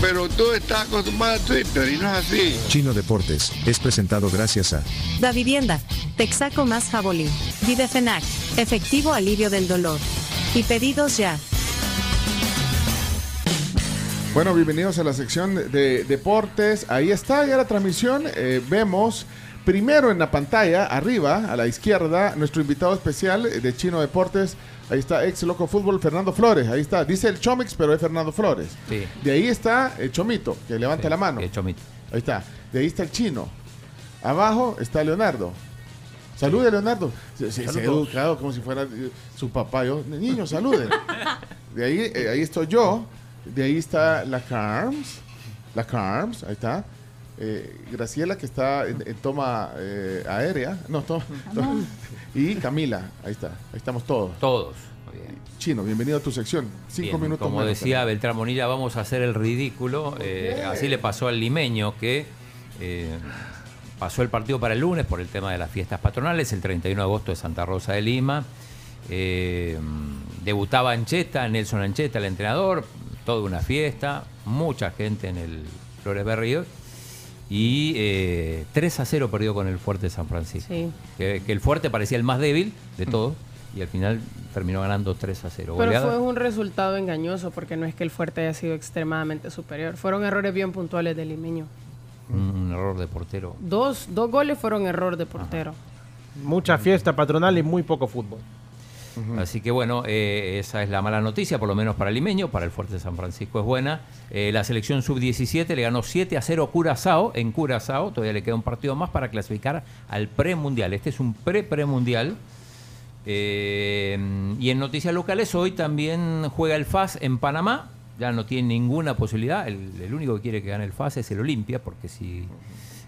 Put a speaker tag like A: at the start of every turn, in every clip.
A: Pero tú estás acostumbrado a Twitter y no es así.
B: Chino Deportes es presentado gracias a
C: Da Vivienda, Texaco más Jabolín, Videfenac, efectivo alivio del dolor. Y pedidos ya.
D: Bueno, bienvenidos a la sección de deportes. Ahí está ya la transmisión. Eh, vemos primero en la pantalla, arriba, a la izquierda, nuestro invitado especial de Chino Deportes. Ahí está ex loco fútbol Fernando Flores. Ahí está. Dice el Chomix, pero es Fernando Flores.
E: Sí.
D: De ahí está el Chomito, que levanta
E: Sí,
D: la mano.
E: sí, el chomito.
D: Ahí está. De ahí está el chino. Abajo está Leonardo. Salude, Leonardo. Se, se- se ha
E: Saludos.
D: educado como si fuera eh, su papá. Yo, niño, salude. De ahí, eh, ahí estoy yo. De ahí está la Carms. La Carms, ahí está. Eh, Graciela, que está en, en toma eh, aérea. No, to- to- Y Camila, ahí está. Ahí estamos todos.
E: Todos. Muy bien.
D: Chino, bienvenido a tu sección. Cinco
E: Bien,
D: minutos
E: Como
D: más.
E: decía Beltrán Bonilla, vamos a hacer el ridículo. Eh, así le pasó al limeño que eh, pasó el partido para el lunes por el tema de las fiestas patronales, el 31 de agosto de Santa Rosa de Lima. Eh, debutaba Ancheta, Nelson Ancheta, el entrenador, toda una fiesta, mucha gente en el Flores Berríos. Y eh, 3 a 0 perdió con el Fuerte San Francisco.
F: Sí.
E: Que, que el Fuerte parecía el más débil de todos y al final terminó ganando 3 a 0.
F: Pero
E: Goleada.
F: fue un resultado engañoso porque no es que el fuerte haya sido extremadamente superior. Fueron errores bien puntuales del limeño.
E: Un, un error de portero.
F: Dos, dos goles fueron error de portero.
G: Mucha fiesta patronal y muy poco fútbol.
E: Así que bueno, eh, esa es la mala noticia, por lo menos para Limeño, para el Fuerte San Francisco es buena. Eh, la selección sub-17 le ganó 7 a 0 a Curazao, en Curazao, todavía le queda un partido más para clasificar al premundial. Este es un pre-premundial. Eh, y en noticias locales, hoy también juega el FAS en Panamá. Ya no tiene ninguna posibilidad. El, el único que quiere que gane el FAS es el Olimpia, porque si.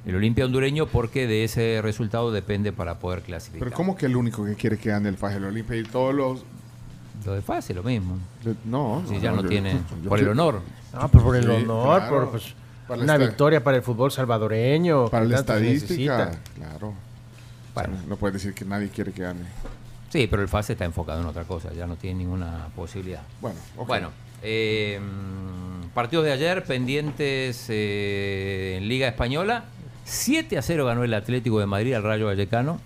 E: El Olimpia hondureño, porque de ese resultado depende para poder clasificar.
D: Pero ¿cómo que el único que quiere que gane el Fajel Olimpia y todos los...
E: Lo de FAS es lo mismo.
D: de- No,
E: Si ya no
D: yo-
E: tiene.
D: yo-
E: Por el honor.
G: Ah, pero por el
D: Sí,
G: honor,
D: claro.
G: por pues,
D: Para la
G: una
D: esta-
G: victoria para el fútbol salvadoreño. que
D: Para la
G: tanto se
D: estadística,
G: necesita.
D: claro.
E: Bueno.
D: O sea, no puedes decir que nadie quiere que gane.
E: Sí, pero el FAS está enfocado en otra cosa, ya no tiene ninguna posibilidad.
D: Bueno, ok.
E: Bueno, eh, mm, partidos de ayer pendientes eh, en Liga Española. 7 a 0 ganó el Atlético de Madrid al Rayo Vallecano.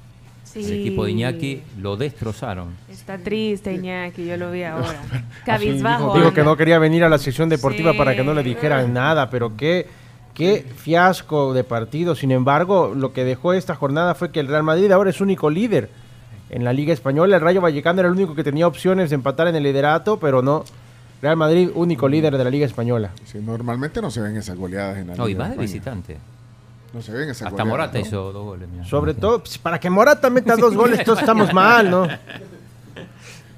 H: Sí.
E: El equipo de Iñaki lo destrozaron.
H: Está triste, Iñaki, yo lo vi ahora.
G: Sí, dijo,
H: Cabizbajo.
G: dijo
H: anda.
G: que no quería venir a la sección deportiva
H: Sí.
G: para que no le dijeran nada, pero qué, qué fiasco de partido. Sin embargo, lo que dejó esta jornada fue que el Real Madrid ahora es único líder en la Liga Española. El Rayo Vallecano era el único que tenía opciones de empatar en el liderato, pero no. Real Madrid, único líder de la Liga Española.
D: Sí, normalmente no se ven esas goleadas en la
E: No, y
D: Liga
E: más de
D: España.
E: visitante.
D: No se ven esas
E: Hasta
D: goleadas,
E: Morata
D: ¿no?
E: hizo dos goles. mirá.
G: Sobre todo, pues, para que Morata meta dos goles, todos estamos mal, ¿no?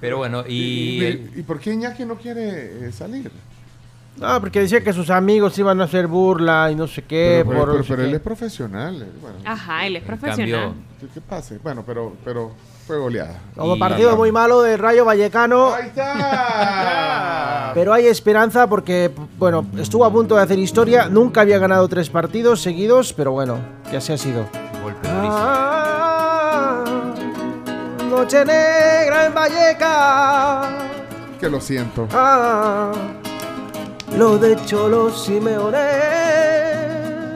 E: Pero bueno, y.
D: ¿Y,
E: el-
D: y por qué Iñaki no quiere eh, salir?
G: No, porque decía que sus amigos iban a hacer burla y no sé
I: Eh,
G: qué.
D: pero, pero-
G: por no
D: pero-
G: sé
D: pero él
G: qué.
D: es profesional. eh, Bueno,
I: Ah.
H: Ajá, él es
E: en
H: profesional.
E: cambio,
D: que, que pase. Bueno, pero, pero fue goleada.
G: Como
E: Y-
G: partido muy malo de Rayo
I: ¡Oh,
G: Vallecano.
D: ¡Ahí está!
G: Pero hay esperanza porque, bueno, estuvo a punto de hacer historia. Nunca había ganado tres partidos seguidos, pero bueno, ya se ha sido. Ah,
E: golpe durísimo.
D: Ah.
G: noche negra en Valleca.
D: que lo siento.
G: Ah, lo de Cholo Simeone.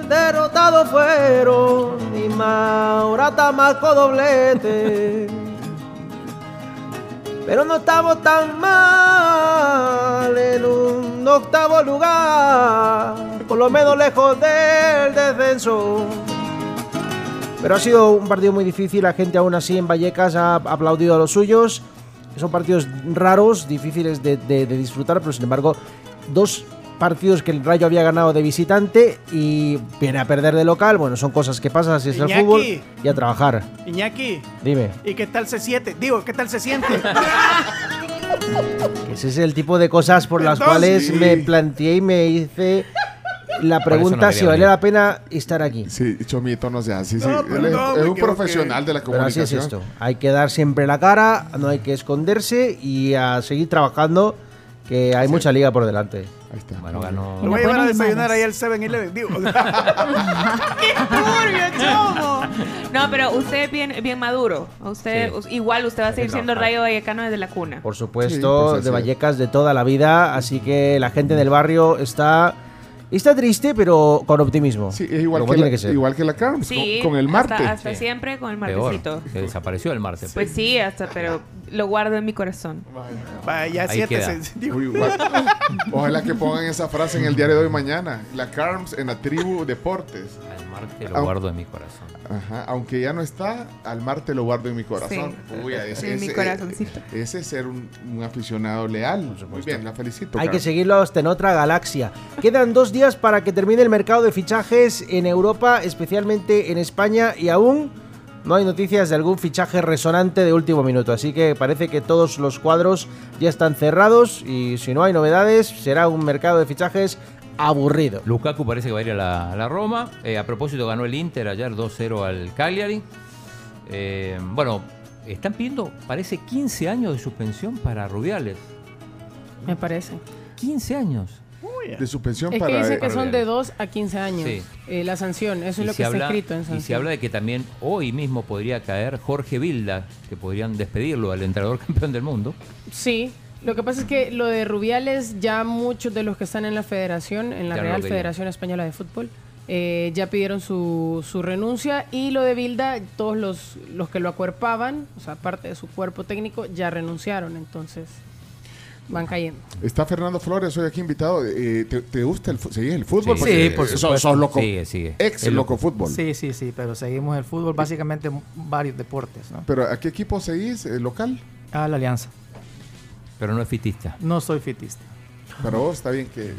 G: Derrotado fueron y Maurata marcó doblete. Pero no estamos tan mal en un octavo lugar, por lo menos lejos del descenso. Pero ha sido un partido muy difícil, la gente aún así en Vallecas ha aplaudido a los suyos. Son partidos raros, difíciles de, de- de disfrutar, pero sin embargo, dos partidos que el Rayo había ganado de visitante y viene a perder de local. Bueno, son cosas que pasan, así es el
J: Iñaki.
G: fútbol. Y a trabajar,
J: Iñaki,
G: dime.
J: ¿y qué tal se siente? Digo, ¿qué tal se siente?
G: Ese es el tipo de cosas por las
J: Entonces,
G: cuales
D: sí.
G: me planteé y me hice
I: la
E: Por eso no
I: pregunta
E: quería
I: si valía
E: venir.
I: la pena estar aquí.
D: Sí, Chomito no sea así. sí.
I: No,
D: Él es,
I: perdón,
D: es
I: me
D: un
I: equivoqué.
D: profesional de la
I: Pero así
D: comunicación.
I: es esto. Hay que dar siempre la cara, no hay que esconderse y a seguir trabajando, que hay mucha liga por delante.
D: Ahí está.
E: Bueno, ganó.
G: Lo voy a llevar a
H: buenas
G: desayunar
H: manos.
G: ahí al 7-Eleven. Digo,
H: ¡Qué turbio, chomo! No, pero usted es bien, bien maduro. Usted,
E: Sí.
H: us- Igual usted va a seguir siendo rayo vallecano desde la cuna.
I: Por
D: Sí,
I: supuesto,
D: pues así
I: de
D: es.
I: Vallecas de toda la vida, así que la gente del barrio está está triste, pero con optimismo.
D: Sí, es igual
I: Como
D: que,
I: tiene
D: la,
I: que ser.
D: igual que la Carms,
H: Sí,
D: con, con el
H: hasta-
D: Marte.
H: Hasta,
E: Sí.
H: siempre con el
E: Peor,
H: martecito.
E: que desapareció el martes.
H: Pues sí, hasta, pero lo guardo en mi corazón.
G: vaya,
E: Ahí
G: siete.
E: queda.
G: se- digo,
D: Uy, igual. Ojalá que pongan esa frase en el diario de hoy mañana. La Carms en la tribu deportes.
E: El martes
D: Ah.
E: lo guardo en mi corazón.
D: Ajá, aunque ya no está, al mar te lo guardo en mi corazón.
H: Sí.
D: Uy, ese,
H: En mi
D: ese-
H: corazoncito.
D: Ese es ser un, un aficionado leal. Muy bien, la felicito.
I: Hay que
D: Carmen.
I: seguirlo hasta en otra galaxia. Quedan dos días para que termine el mercado de fichajes en Europa, especialmente en España, y aún no hay noticias de algún fichaje resonante de último minuto. Así que parece que todos los cuadros ya están cerrados y si no hay novedades, será un mercado de fichajes aburrido.
E: Lukaku parece que va a ir a la, a la Roma. Eh, a propósito, ganó el Inter ayer 2-0 al Cagliari. Eh, bueno, están pidiendo, parece, 15 años de suspensión para Rubiales.
F: Me parece.
E: 15 años.
D: De suspensión
F: Es que
D: para.
F: dice que
E: para
F: son
E: ver.
F: de 2 a 15 años
E: Sí.
F: eh, la sanción. Eso
E: Y
F: es lo
E: se
F: que
E: habla-
F: está escrito en
E: Y se
F: sanción.
E: habla de que también hoy mismo podría caer Jorge Vilda, que podrían despedirlo al entrenador campeón del mundo.
F: Sí. Lo que pasa es que lo de Rubiales, ya muchos de los que están en la federación, en la
E: Ya no lo
F: Real
E: querían.
F: Federación Española de Fútbol, eh, ya pidieron su, su renuncia. Y lo de Bilda, todos los, los que lo acuerpaban, o sea, parte de su cuerpo técnico, ya renunciaron. Entonces, van cayendo.
D: Está Fernando Flores hoy aquí invitado. Eh, ¿te, te gusta el, fu- seguís el fútbol?
E: Sí,
D: Porque
E: sí, por
D: sos-
E: supuesto.
D: sos loco.
E: Sigue, sigue.
D: Ex
E: Es
D: loco
E: loco.
D: fútbol.
G: Sí, sí, sí, pero seguimos el fútbol, básicamente m- varios deportes, ¿no?
D: Pero ¿a qué equipo seguís? eh, ¿Local?
G: Ah, la alianza.
E: Pero no es fitista.
G: No soy fitista.
D: Para vos está bien que,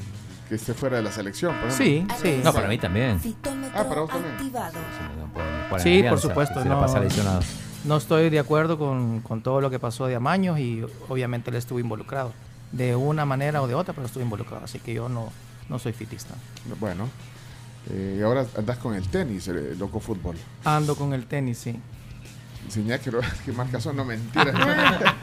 D: que esté fuera de la selección. pues, por ejemplo.
G: Sí, sí.
E: No, para mí también. Sí,
D: Ah, para vos también.
E: no puede jugar en
G: Sí, por
E: Alianza,
G: supuesto,
E: si Se la
G: no.
E: pasa lesionado.
G: No estoy de acuerdo con, con todo lo que pasó de Amaños y obviamente él estuvo involucrado. De una manera o de otra, pero estuvo involucrado. Así que yo no, no soy fitista.
D: Bueno. Eh, y ahora andás con el tenis, eh, loco fútbol.
G: Ando con el tenis, sí.
D: Enseñá que, lo- que marca son, no mentira.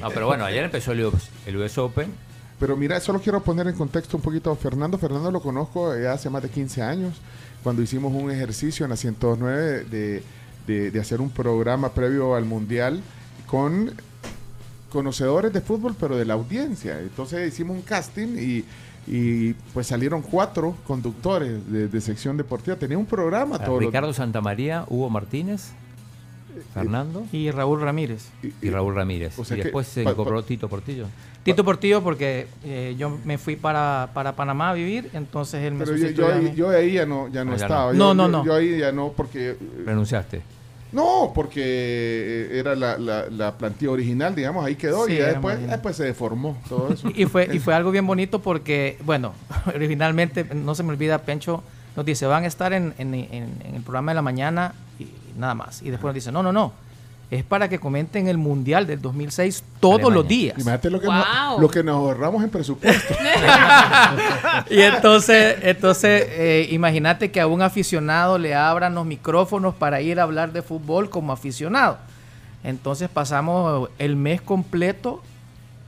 E: No, pero bueno, ayer empezó el US, el US Open.
D: Pero mira, solo quiero poner en contexto un poquito a Fernando. Fernando lo conozco eh, hace más de 15 años, cuando hicimos un ejercicio en la 109 de, de- de hacer un programa previo al Mundial con conocedores de fútbol, pero de la audiencia. Entonces hicimos un casting y, y, pues salieron cuatro conductores de, de sección deportiva. Tenía un programa todo.
E: Eh, Ah, Ricardo Santamaría, Hugo Martínez, Fernando
G: Y Raúl Ramírez.
E: y Raúl Ramírez.
D: o sea
E: y
D: que-
E: después se
D: pa- pa-
E: incorporó Tito Portillo.
G: Tito Portillo, porque eh, yo me fui para, para Panamá a vivir, entonces él me
D: Pero yo, yo
G: sustituyó a
D: ahí,
G: mí.
D: yo ahí ya no, ya no
E: Ah, ya
D: estaba.
G: no. No,
D: Yo-
G: no,
D: yo-
G: no.
D: Yo ahí ya no, porque eh,
E: Renunciaste.
D: No, porque eh, era la, la- la plantilla original, digamos, ahí quedó
G: Sí,
D: y ya
G: era
D: después,
G: original.
D: ya después se deformó todo eso.
G: Y fue, y fue algo bien bonito porque, bueno, originalmente, no se me olvida, Pencho nos dice, van a estar en, en- en- en el programa de la mañana y nada más. Y después nos dice, no, no, no, es para que comenten el Mundial del 2006 todos
E: Alemania.
G: los días.
D: Imagínate lo que,
H: Wow.
D: nos, lo que nos ahorramos en presupuesto.
G: Y entonces, entonces eh, imagínate que a un aficionado le abran los micrófonos para ir a hablar de fútbol como aficionado. Entonces pasamos el mes completo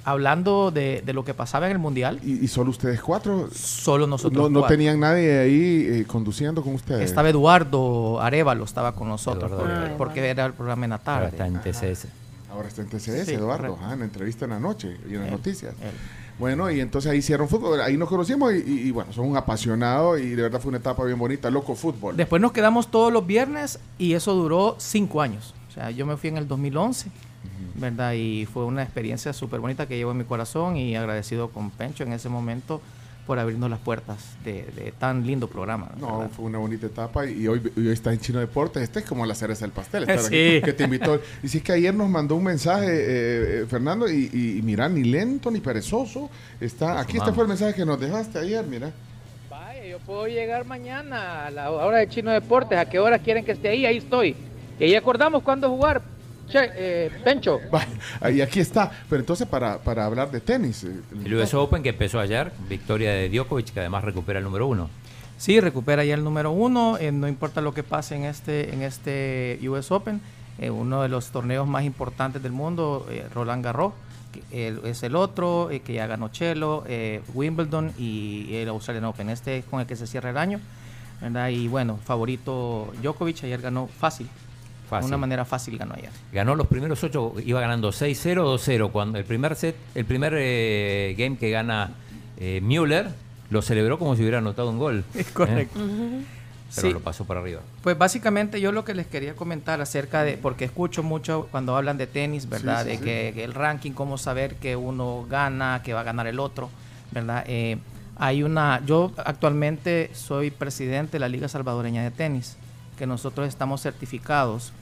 G: hablando de, de lo que pasaba en el Mundial.
D: y, y solo ustedes cuatro.
G: Solo nosotros.
D: No, no
G: cuatro.
D: tenían nadie ahí eh, conduciendo con ustedes.
G: Estaba Eduardo Arevalo, estaba con nosotros,
E: Eduardo
G: porque,
E: Arevalo.
G: porque era el programa en la
D: ah,
E: Ahora
G: tarde.
E: está en TCS.
D: Ahora está en TCS,
G: Sí,
D: Eduardo,
G: correcto. Eh,
D: ah, en la entrevista en la noche y en las noticias.
G: él.
D: Bueno, y entonces ahí hicieron fútbol, ahí nos conocimos y, y- y bueno, son un apasionado y de verdad fue una etapa bien bonita, loco fútbol.
G: Después nos quedamos todos los viernes y eso duró cinco años. O sea, yo me fui en el 2011, ¿verdad? Y fue una experiencia súper bonita que llevo en mi corazón y agradecido con Pencho en ese momento por abrirnos las puertas de, de tan lindo programa.
D: No,
G: ¿verdad?
D: fue una bonita etapa y hoy, y hoy está en Chino Deportes. Este es como la cereza del pastel. estar
G: Sí.
D: aquí, que te invitó. Y si es que ayer nos mandó un mensaje, eh, eh, Fernando, y, y- y mira, ni lento ni perezoso. Está, aquí este
E: amamos.
D: fue el mensaje que nos dejaste ayer, mira.
K: Vaya, yo puedo llegar mañana a la hora de Chino Deportes. ¿A qué hora quieren que esté ahí? Ahí estoy. Y ahí acordamos cuándo jugar. Che, eh, Pencho.
D: Va, Y aquí está. Pero entonces, para, para hablar de tenis. eh,
E: El US Open que empezó ayer, victoria de Djokovic, que además recupera el número uno.
G: Sí, recupera ya el número uno, eh, no importa lo que pase en este, en este US Open, eh, uno de los torneos más importantes del mundo, eh, Roland Garros, que, eh, es el otro, eh, que ya ganó Chelo, eh, Wimbledon y el Australian Open, este es con el que se cierra el año, ¿verdad? Y bueno, favorito Djokovic, ayer ganó fácil,
E: Fácil.
G: de una manera fácil ganó ayer.
E: Ganó los primeros ocho, iba ganando 6-0, 2-0. Cuando el primer set, el primer eh, game que gana eh, Müller, lo celebró como si hubiera anotado un gol.
G: Es correcto.
E: ¿eh? Pero
G: Sí.
E: lo pasó para arriba.
G: Pues básicamente yo lo que les quería comentar acerca de, porque escucho mucho cuando hablan de tenis,
I: Sí,
G: ¿verdad?
I: sí,
G: de
I: sí.
G: Que, que el ranking, cómo saber que uno gana, que va a ganar el otro, ¿verdad? Eh, hay una, yo actualmente soy presidente de la Liga Salvadoreña de Tenis, que nosotros estamos certificados,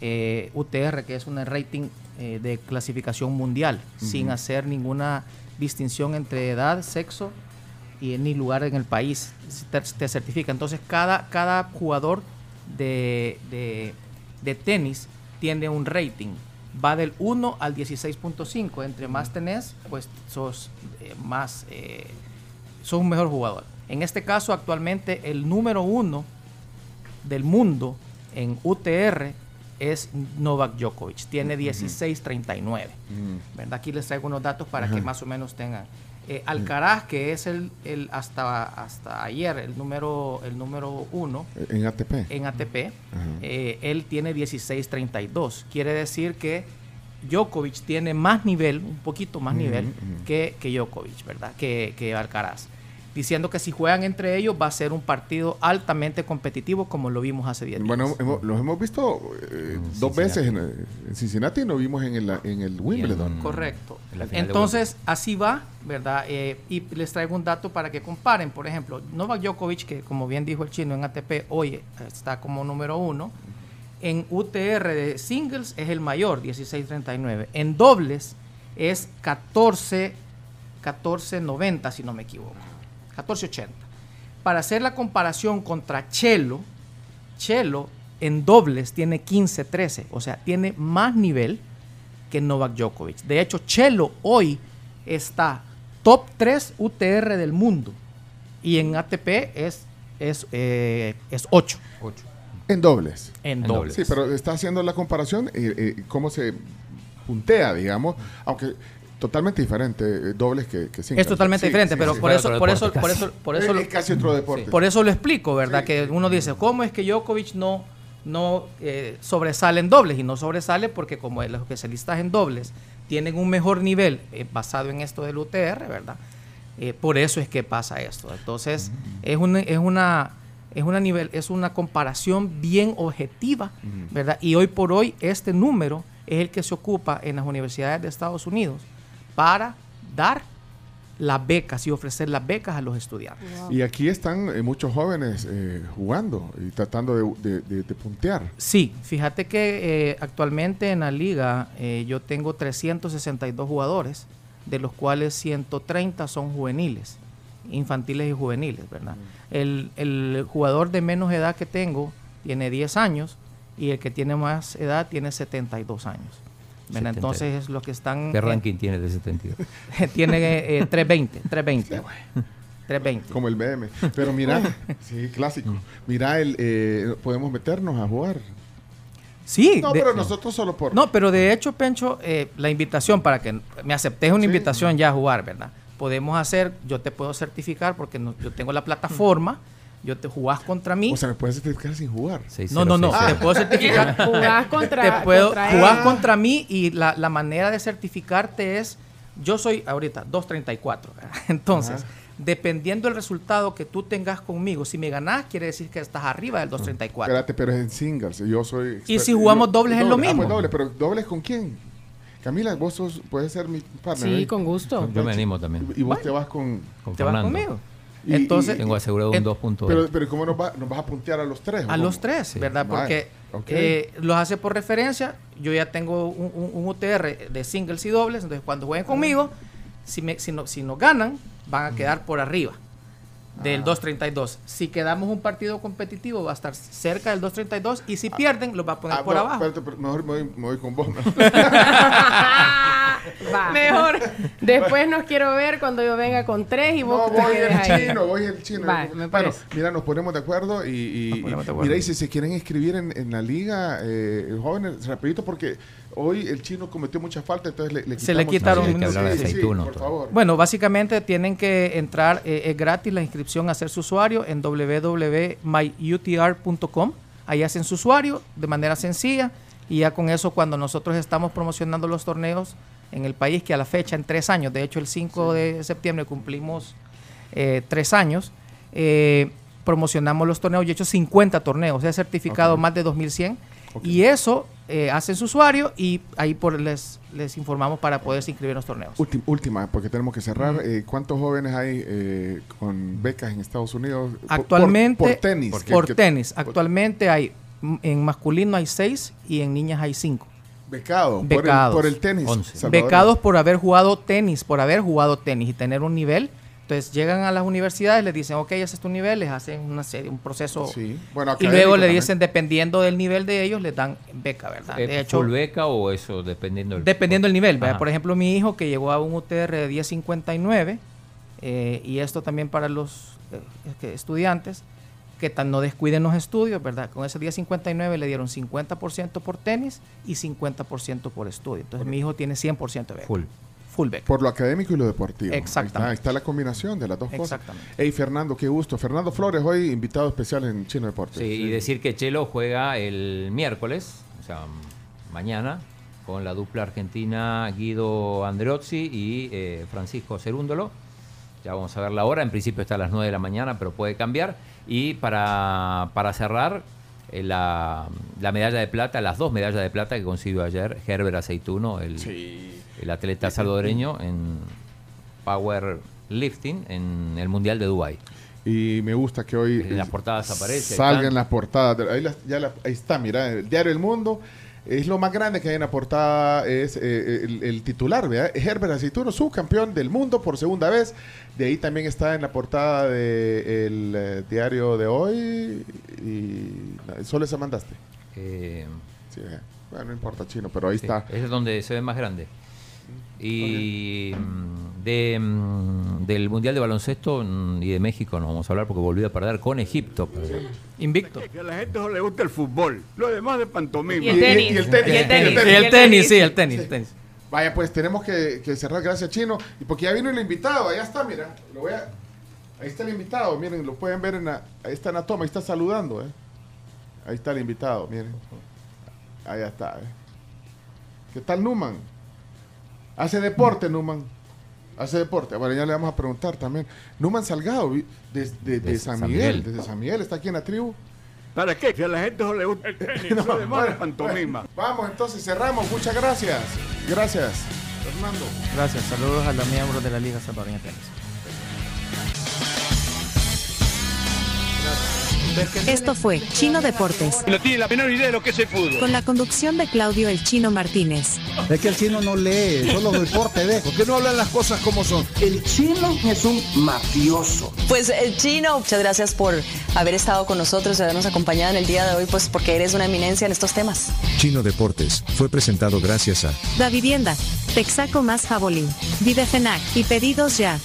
G: eh, UTR, que es un rating eh, de clasificación mundial,
I: Ujú.
G: sin hacer ninguna distinción entre edad, sexo y ni lugar en el país te, te certifica. Entonces cada, cada jugador de, de- de tenis tiene un rating. Va del 1 al 16.5. Entre más tenés, pues sos eh, más eh, sos un mejor jugador. En este caso, actualmente el número uno del mundo en UTR es Novak Djokovic. Tiene 16.39. ¿verdad? Aquí les traigo unos datos para
I: Ajá.
G: que más o menos tengan. Eh, Alcaraz, que es el, el hasta, hasta ayer el número, el número uno
D: En ATP.
G: en ATP,
D: Ajá.
G: eh, él tiene 16-32. Quiere decir que Djokovic tiene más nivel, un poquito más
I: Ujú,
G: nivel
I: ujú.
G: que, que Djokovic, ¿verdad? Que, que Alcaraz. Diciendo que si juegan entre ellos va a ser un partido altamente competitivo como lo vimos hace 10 días.
D: Bueno, hemos- los hemos visto eh, dos veces en, en Cincinnati y nos vimos en el, en el Wimbledon.
G: Correcto.
D: En la final de
G: Entonces, así va, ¿verdad? Eh, y les traigo un dato para que comparen. Por ejemplo, Novak Djokovic, que como bien dijo el chino en ATP, hoy eh, está como número uno. En UTR de singles es el mayor, 16.39. En dobles es 14, 14.90, si no me equivoco. 14.80. Para hacer la comparación contra Chelo, Chelo en dobles tiene 15-13, o sea, tiene más nivel que Novak Djokovic. De hecho, Chelo hoy está top 3 UTR del mundo y en ATP es, es, eh, es 8.
D: En dobles.
G: En dobles.
D: Sí, pero está haciendo la comparación, eh, eh, cómo se puntea, digamos, aunque totalmente diferente eh, dobles que, que singles.
G: Es totalmente
D: Sí,
G: diferente,
D: sí,
G: pero
D: sí.
G: por, eso, por, eso, por eso, por eso,
D: Es- es casi otro deporte.
G: Sí. Por eso lo explico, ¿verdad? que uno dice, ¿cómo es que Djokovic no, no eh, sobresale en dobles? Y no sobresale porque como los especialistas en dobles tienen un mejor nivel eh, basado en esto del UTR, ¿verdad? Eh, por eso es que pasa esto. Entonces, es una, es una, es una nivel, es una comparación bien objetiva,
I: Ujú.
G: ¿verdad? Y hoy por hoy este número es el que se ocupa en las universidades de Estados Unidos para dar las becas y ofrecer las becas a los estudiantes.
D: Y aquí están eh, muchos jóvenes eh, jugando y tratando de, de- de- de puntear.
G: Sí, fíjate que eh, actualmente en la liga eh, yo tengo 362 jugadores, de los cuales 130 son juveniles, infantiles y juveniles, ¿verdad? El, el jugador de menos edad que tengo tiene 10 años y el que tiene más edad tiene 72 años. ¿verdad?
E: 72.
G: Entonces los que están...
E: ¿Qué
G: en-
E: ranking tiene de 72?
G: tiene eh, 320, 320. 320.
D: Como el BM. Pero mira,
G: Oh.
D: sí, clásico. Mira, el, eh, podemos meternos a jugar.
G: Sí.
D: No,
G: de-
D: pero nosotros solo por...
G: No, pero de hecho, Pencho, eh, la invitación para que me aceptes una invitación ya a jugar, ¿verdad? Podemos hacer, yo te puedo certificar porque no- yo tengo la plataforma, yo te jugás contra mí.
D: O sea, me puedes certificar sin jugar.
G: No, no, Ah, no, te puedo certificar.
F: Jugás
G: Te-
F: contra-
G: Te puedo
F: contra él.
G: jugás contra mí y la, la manera de certificarte es, yo soy ahorita 234. ¿verdad? Entonces,
I: Ajá.
G: dependiendo del resultado que tú tengas conmigo, si me ganás, quiere decir que estás arriba del 234.
D: Espérate, pero es en singles. Yo soy... exper-
G: ¿Y si jugamos dobles es lo
D: Ah, pues
G: mismo?
D: dobles, pero ¿dobles con quién? Camila, vos sos- puedes ser mi partner.
G: Sí,
D: ¿eh?
G: con gusto.
E: Yo me animo también.
D: Y vos te vas con...
G: ¿Te vas conmigo?
D: Y-
G: Entonces-
D: y-
E: Tengo asegurado un
G: en-
E: 2.2.
D: Pero, pero ¿cómo nos, va- nos vas a puntear a los tres?
G: A los tres, ¿verdad? Porque eh, los hace por referencia. Yo ya tengo un, un- un UTR de singles y dobles. Entonces, cuando jueguen conmigo, si, me, si, no, si nos ganan, van a quedar por arriba.
D: Ah.
G: del 2.32. Si quedamos un partido competitivo, va a estar cerca del 2.32 y si pierden, los va a poner
D: Ah,
G: por
D: no,
G: abajo.
D: espérate, pero mejor me voy, me voy con vos.
F: Va.
H: Mejor.
F: Después nos quiero ver cuando yo venga con tres y vos
D: No,
F: te
D: voy
F: quedes
D: el
F: ahí.
D: chino, voy el chino.
F: Va, me
D: bueno,
F: parece.
D: mira, nos ponemos de acuerdo y, y- y- mira, y si se quieren inscribir en, en la liga, eh, jóvenes, rapidito, porque hoy el chino cometió mucha falta, entonces le,
G: Se le quitaron
D: Sí,
G: un-
D: sí, sí, por favor.
G: Bueno, básicamente tienen que entrar, eh, es gratis la inscripción, hacer su usuario en www.myutr.com. Ahí hacen su usuario de manera sencilla y ya con eso cuando nosotros estamos promocionando los torneos en el país, que a la fecha en tres años, de hecho el 5 de septiembre cumplimos eh, tres años, eh, promocionamos los torneos, yo he hecho 50 torneos, he certificado
I: Ok.
G: más de 2100 y eso eh, hacen su usuario y ahí por les, les informamos para poderse inscribir en los torneos.
D: Última, última, porque tenemos que cerrar.
G: Ujú.
D: Eh, ¿Cuántos jóvenes hay eh, con becas en Estados Unidos? Por- por-
G: Actualmente,
D: Por, tenis.
G: por,
D: que- que-
G: tenis. Actualmente hay, m- en masculino hay seis y en niñas hay cinco.
D: Becado. por el-
G: Becados.
D: Por el, tenis. Salvador.
G: Becados por haber jugado tenis, por haber jugado tenis y tener un nivel. Entonces llegan a las universidades, les dicen, ok, ese es tu nivel, les hacen una serie, un proceso.
D: Sí. Bueno,
G: y
D: académico
G: luego le
D: también.
G: dicen, dependiendo del nivel de ellos, les dan beca, ¿verdad?
E: Eh,
G: De hecho,
E: ¿Full beca o eso? Dependiendo del.
G: Dependiendo del nivel. ¿verdad?
E: Ajá.
G: Por ejemplo, mi hijo que llegó a un UTR de 1059, eh, y esto también para los eh, que- estudiantes que tan no descuiden los estudios, ¿verdad? Con ese 1059 le dieron 50% por tenis y 50% por estudio. Entonces, mi hijo tiene 100% de beca.
E: Full.
G: Full beca.
D: Por lo académico y lo deportivo.
G: Exactamente.
D: Ahí está, ahí está la combinación de las dos cosas.
G: Exactamente.
D: Hey, Fernando, qué gusto. Fernando Flores, hoy invitado especial en Chino Deportes.
E: Sí, y decir que Chelo juega el miércoles, o sea, mañana, con la dupla argentina Guido Andreozzi y eh, Francisco Cerúndolo. Ya vamos a ver la hora, en principio está a las 9 de la mañana, pero puede cambiar. Y para, para cerrar, eh, la, la medalla de plata, las dos medallas de plata que consiguió ayer Herbert Aceituno, el, el atleta salvadoreño en powerlifting en el Mundial de Dubái.
D: Y me gusta que hoy.
E: En las portadas aparece,
D: Salgan
E: están.
D: las portadas. de- ahí, las- ya la- ahí está, mira, el diario El Mundo. Es lo más grande que hay en la portada, es eh, el, el titular, ¿verdad? Herbert Aceituno, subcampeón del mundo por segunda vez. De ahí también está en la portada del diario de hoy. Y solo esa mandaste.
E: Eh,
D: Sí, eh. bueno, no importa, chino, pero ahí
E: Sí,
D: está.
E: ese es donde se ve más grande. Y mm, de, mm, del Mundial de Baloncesto mm, y de México no vamos a hablar porque volvió a perder con Egipto.
G: Invicto.
L: Que a la gente no le gusta el fútbol, lo demás de pantomima.
D: Y el tenis. Y el tenis. Y el tenis.
G: Y el tenis, sí, el tenis. el tenis.
D: Vaya, pues tenemos que, que cerrar, gracias Chino. Y porque ya vino el invitado, allá está, mira. Lo voy a- Ahí está el invitado, miren, lo pueden ver en la... Ahí está en la toma, ahí está saludando, ¿eh? Ahí está el invitado, miren. Allá está, ¿eh? ¿Qué tal Numan? Hace deporte, Numan. Hace deporte. Bueno, ya le vamos a preguntar también. Numan Salgado, vi- de, de- de
L: De
D: San,
L: San
D: Miguel.
L: Miguel.
D: Desde San Miguel, está aquí en la tribu.
L: ¿Para qué? Si a la gente no le gusta el tenis, lo demás de pantomima.
D: Vamos, entonces cerramos. Muchas gracias. Gracias. Fernando.
G: Gracias. Saludos a los miembros de la Liga Salvadoreña de Tenis.
C: Esto fue Chino Deportes,
M: No tiene la menor idea de lo que es el fútbol.
C: con la conducción de Claudio El Chino Martínez.
N: Es que el chino no lee, solo deporte ve. ¿Por qué no hablan las cosas como son? El chino es un mafioso.
O: Pues eh, Chino, muchas gracias por haber estado con nosotros y habernos acompañado en el día de hoy, pues porque eres una eminencia en estos temas.
B: Chino Deportes fue presentado gracias a
C: Da Vivienda, Texaco más Jabolín, Videfenac y pedidos ya.